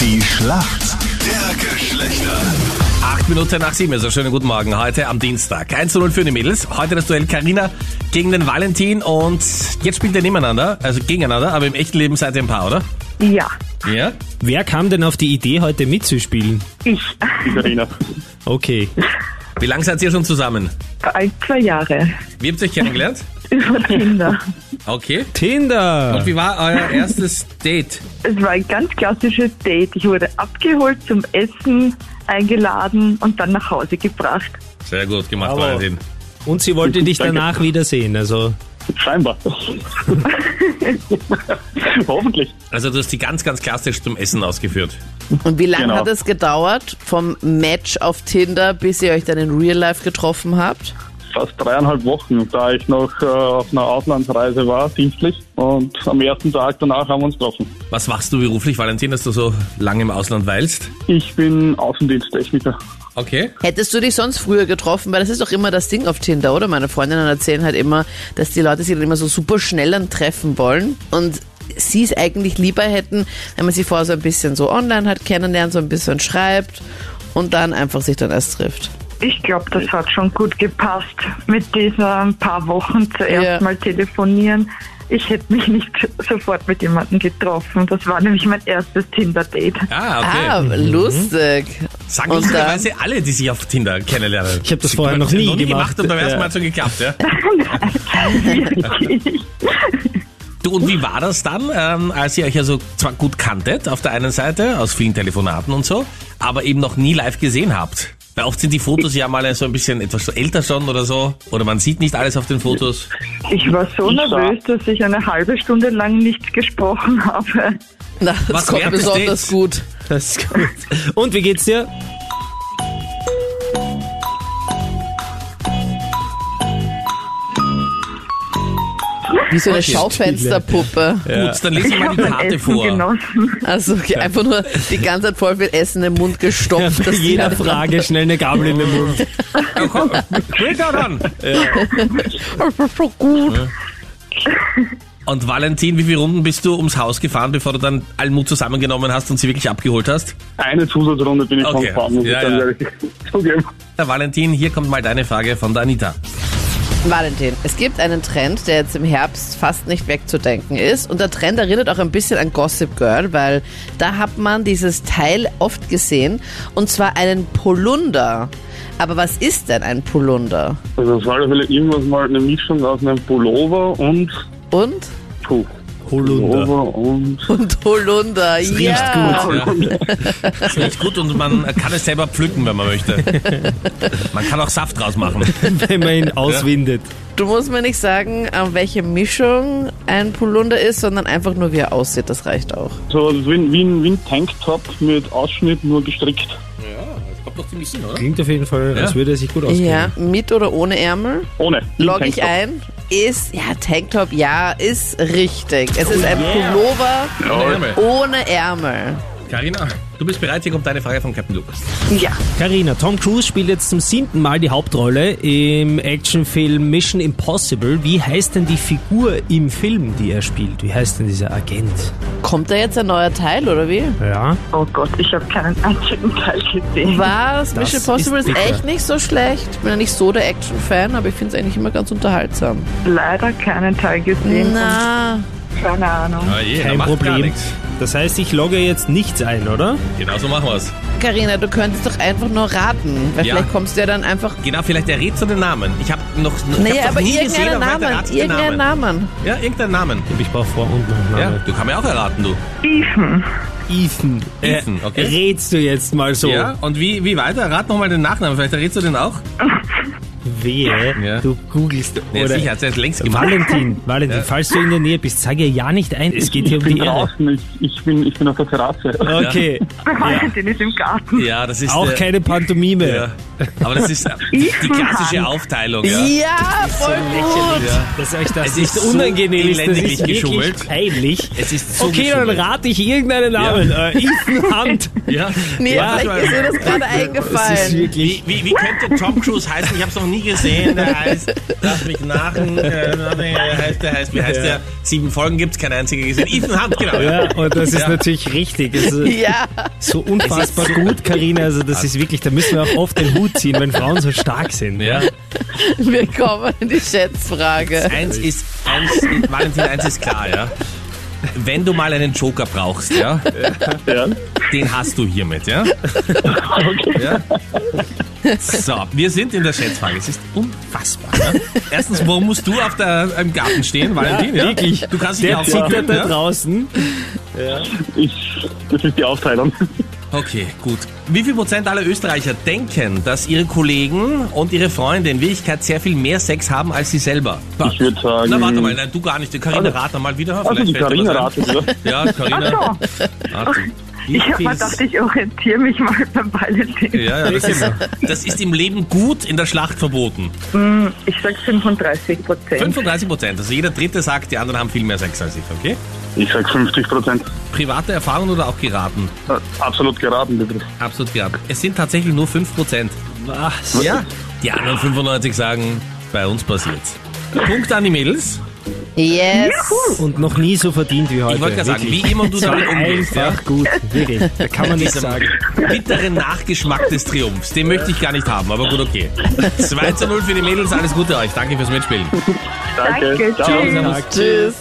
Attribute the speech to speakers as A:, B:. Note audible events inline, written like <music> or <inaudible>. A: Die Schlacht der Geschlechter.
B: Acht Minuten nach sieben, also schönen guten Morgen heute am Dienstag. 1 zu 0 für die Mädels. Heute das Duell Karina gegen den Valentin und jetzt spielt ihr nebeneinander, also gegeneinander, aber im echten Leben seid ihr ein Paar, oder?
C: Ja,
B: Ja.
D: Wer kam denn auf die Idee, heute mitzuspielen?
C: ich.
E: Karina.
D: Okay.
B: Wie lange seid ihr schon zusammen?
C: Ein, zwei Jahre.
B: Wie habt ihr euch kennengelernt?
C: Über Tinder.
B: Okay.
D: Tinder!
B: Und wie war euer erstes Date?
C: Es war ein ganz klassisches Date. Ich wurde abgeholt zum Essen, eingeladen und dann nach Hause gebracht.
B: Sehr gut gemacht,
D: Bravo.
B: Valentin.
D: Und sie wollte dich
E: Danke.
D: danach wiedersehen, also.
E: <laughs> Scheinbar. Hoffentlich.
B: Also du hast die ganz, ganz klassisch zum Essen ausgeführt.
F: Und wie lange
E: Genau.
F: hat es gedauert vom Match auf Tinder, bis ihr euch dann in Real Life getroffen habt?
E: Fast dreieinhalb Wochen, da ich noch äh, auf einer Auslandsreise war, dienstlich. Und am ersten Tag danach haben wir uns getroffen.
B: Was machst du beruflich, Valentin, dass du so lange im Ausland weilst?
E: Ich bin Außendiensttechniker.
B: Okay.
F: Hättest du dich sonst früher getroffen? Weil das ist doch immer das Ding auf Tinder, oder? Meine Freundinnen erzählen halt immer, dass die Leute sich dann immer so super schnell dann treffen wollen und sie es eigentlich lieber hätten, wenn man sich vorher so ein bisschen so online halt kennenlernt, so ein bisschen schreibt und dann einfach sich dann erst trifft.
C: Ich glaube, das hat schon gut gepasst. Mit diesen paar Wochen zuerst
F: Ja.
C: mal telefonieren. Ich hätte mich nicht sofort mit jemandem getroffen. Das war nämlich mein erstes Tinder-Date.
B: Ah, okay.
F: Ah, lustig.
B: Sagen
F: Und dann-
B: lustigerweise alle, die sich auf Tinder kennenlernen.
D: Ich hab das
B: Sie-
D: vorher noch
B: sie
D: nie
B: noch nie
D: gemacht.
B: gemacht und beim ersten
D: Ja.
B: Mal hat schon geklappt, ja?
C: Wirklich.
B: Du, und wie war das dann, ähm, als ihr euch ja so zwar gut kanntet auf der einen Seite, aus vielen Telefonaten und so, aber eben noch nie live gesehen habt? Weil oft sind die Fotos ja mal so ein bisschen etwas so älter schon oder so, oder man sieht nicht alles auf den Fotos.
C: Ich war so
E: Ich war-
C: nervös, dass ich eine halbe Stunde lang nichts gesprochen habe.
F: Na, <laughs> das
B: Was
F: kommt
B: während des
F: besonders
B: Dates?
F: gut.
D: Das ist gut. Und wie geht's dir?
F: Wie so eine Schaufensterpuppe.
B: Gut, dann lese ich
C: Ich
B: mal
C: habe
B: die
C: mein
B: Karte
C: Essen
B: vor.
C: genossen.
F: Also okay, einfach nur die ganze Zeit voll viel Essen im Mund
D: Ja, Oh,
F: gestopft.
D: bei
F: dass die
D: jeder
F: halt-
D: Frage schnell eine Gabel in den Mund.
B: Ja, komm, red doch dann.
F: Das war so gut.
B: Und Valentin, wie viele Runden bist du ums Haus gefahren, bevor du dann allen Mut zusammengenommen hast und sie wirklich abgeholt hast?
E: Eine Zusatzrunde bin ich
B: Okay.
E: schon gefahren, muss
B: Ja,
E: ich dann
B: ja.
E: ehrlich <laughs> zugeben.
B: Herr Valentin, hier kommt mal deine Frage von der Anita.
F: <laughs> Valentin, es gibt einen Trend, der jetzt im Herbst fast nicht wegzudenken ist. Und der Trend erinnert auch ein bisschen an Gossip Girl, weil da hat man dieses Teil oft gesehen. Und zwar einen Polunder. Aber was ist denn ein Polunder?
E: Also auf alle Fälle irgendwas mal eine Mischung aus einem Pullover und
F: Und?
E: puh,
D: oh, Holunder.
E: Pullover und
F: Und Holunder. Das
D: riecht
F: ja.
B: Ja.
F: <laughs>
B: Das riecht gut und man kann es selber pflücken, wenn man möchte. Man kann auch Saft draus machen.
D: Wenn man ihn auswindet.
F: Du musst mir nicht sagen, äh, welche Mischung ein Polunder ist, sondern einfach nur, wie er aussieht. Das reicht auch.
E: so also wie, ein- wie, ein, wie ein Tanktop mit Ausschnitt nur gestrickt.
B: Kommt doch ziemlich hin, oder?
D: Klingt auf jeden Fall, als
B: Ja.
D: würde er sich gut auskennen.
F: Ja, mit oder ohne Ärmel?
E: Ohne. wie ein
F: Log ich
E: Tanktop.
F: ein. Ist, ja, Tanktop, ja, ist richtig. Es ist ein Pullover ohne Ärmel.
B: Karina, du bist bereit, hier kommt deine Frage von Captain Lukas.
C: Ja,
D: Carina, Tom Cruise spielt jetzt zum siebten Mal die Hauptrolle im Actionfilm Mission Impossible. Wie heißt denn die Figur im Film, die er spielt? Wie heißt denn dieser Agent?
F: Kommt da jetzt ein neuer Teil, oder wie?
D: Ja.
C: oh Gott, ich habe keinen einzigen Teil gesehen.
F: Was? Mission
D: ist
F: Impossible ist,
D: bitter.
F: echt nicht so schlecht. Ich bin ja nicht so der Action-Fan, aber ich finde es eigentlich immer ganz unterhaltsam.
C: Leider keinen Teil gesehen.
F: Na,
C: Und keine Ahnung.
B: Ah, je,
D: Kein Problem. Das heißt, ich logge jetzt nichts ein, oder?
B: Genau so machen wir's.
F: Karina, du könntest doch einfach nur raten. Weil
B: Ja.
F: vielleicht kommst du ja dann einfach.
B: Genau, vielleicht errätst du den Namen. Ich habe noch, ich
F: Naja,
B: hab
F: aber
B: noch nie gesehen,
F: irgendeinen
B: aber
F: Namen.
B: vielleicht erratst du den
F: Irgendeinen
B: Namen.
F: Namen.
B: Ja, irgendeinen Namen.
D: Ich brauche Vor- und
B: Ja,
D: Nachname.
B: du kannst mir auch erraten, du.
C: Ethan.
D: Ethan.
B: Ethan,
D: Äh,
B: okay.
D: Rätst du jetzt mal so?
B: Ja, und wie, wie weiter? Rat nochmal den Nachnamen, vielleicht errätst du den auch.
D: Wehe,
B: Ja.
D: du googelst.
B: Ja,
D: oder
B: sicher, hat er jetzt längst gemacht. <laughs>
D: Valentin, Valentin, falls du in der Nähe bist, sag ihr ja nicht ein. Es geht hier um
E: ich
B: <laughs>
E: bin
D: die Ehre.
E: draußen, ich, ich, bin, ich bin auf der Terrasse.
D: Okay,
C: Der Valentin ist im Garten.
B: Ja, das ist
D: auch
B: der-
D: keine Pantomime.
B: Ja. Aber das
F: <laughs>
B: ist äh, die, die klassische Aufteilung. Ja.
F: Ja, voll gut.
D: Dass euch das
B: Es ist
D: so
B: so
D: unangenehm ist, das
B: elendiglich
D: ist wirklich
B: geschummelt.
D: peinlich.
B: Es ist so
D: okay, dann
B: geschummelt.
D: rate ich irgendeinen Namen. Äh, Ethan
B: <laughs>
D: Hunt.
B: Ja.
F: Nee,
D: Ja,
F: vielleicht ist mir das gerade
D: Das ist
F: eingefallen.
D: wirklich...
B: Wie, wie könnte Tom Cruise heißen? Ich habe es noch nie gesehen, der heißt, lass mich nachen, äh, der heißt, der heißt, wie heißt der? Sieben Folgen gibt's, keine einzige gesehen. Ethan Hunt, genau.
D: Ja, und das ist natürlich richtig. Es ist
F: Ja,
D: so unfassbar gut, Karina. Also
B: Ah.
D: das ist wirklich, da müssen wir auch oft den Hut ziehen, wenn Frauen so stark sind.
B: Ja.
F: wir kommen in die Schätzfrage.
B: Eins ist, eins, Valentin, eins ist klar, ja. Wenn du mal einen Joker brauchst, ja,
E: Ja.
B: den hast du hiermit, ja? ja? So, wir sind in der Schätzfrage. Es ist unfassbar. Ja? Erstens, wo musst du auf der, im Garten stehen, Valentin? Ja,
D: wirklich.
B: Du kannst dich
D: Der
B: auch ne? so
D: zittert da draußen.
E: Ich, das ist die Aufteilung.
B: Okay, gut. Wie viel Prozent aller Österreicher denken, dass ihre Kollegen und ihre Freunde in Wirklichkeit sehr viel mehr Sex haben als sie selber?
E: Ich würd sagen-
B: Na, warte mal, nein, du gar nicht. Die Karina
E: Also-
B: rat mal wieder.
E: Also die
B: Vielleicht fällt dir
E: Karina
B: was ein.
E: ratet, oder?
B: <laughs> Ja, Karina.
C: Ach
B: Rat. Wie
C: Ich habe
B: viel-
C: mir gedacht, ich orientiere mich mal beim Valentin.
B: ja, ja, das, ist, das ist im Leben gut, in der Schlacht verboten.
C: Ich sag 35 Prozent.
B: 35 Prozent, also jeder Dritte sagt, die anderen haben viel mehr Sex als ich, okay?
E: Ich sag 50 Prozent.
B: Private Erfahrung oder auch geraten?
E: Äh, absolut geraten, bitte.
B: Absolut geraten. Es sind tatsächlich nur 5 Prozent.
D: Was?
B: Ja. Die anderen 95 sagen, bei uns passiert's. Punkt an die Mädels.
F: Yes.
D: Und noch nie so verdient wie heute.
B: Ich wollte gerade sagen,
D: Wirklich.
B: wie immer du
D: Es war
B: damit umgehst, ja?
D: Einfach gut, wirklich. Da kann man nichts
B: Diesem
D: sagen.
B: bitteren Nachgeschmack des Triumphs, den möchte ich gar nicht haben, aber gut, okay. 2 zu 0 für die Mädels, alles Gute euch. Danke fürs Mitspielen.
E: Danke.
C: Danke,
E: Ciao.
C: tschüss.
F: Tschüss.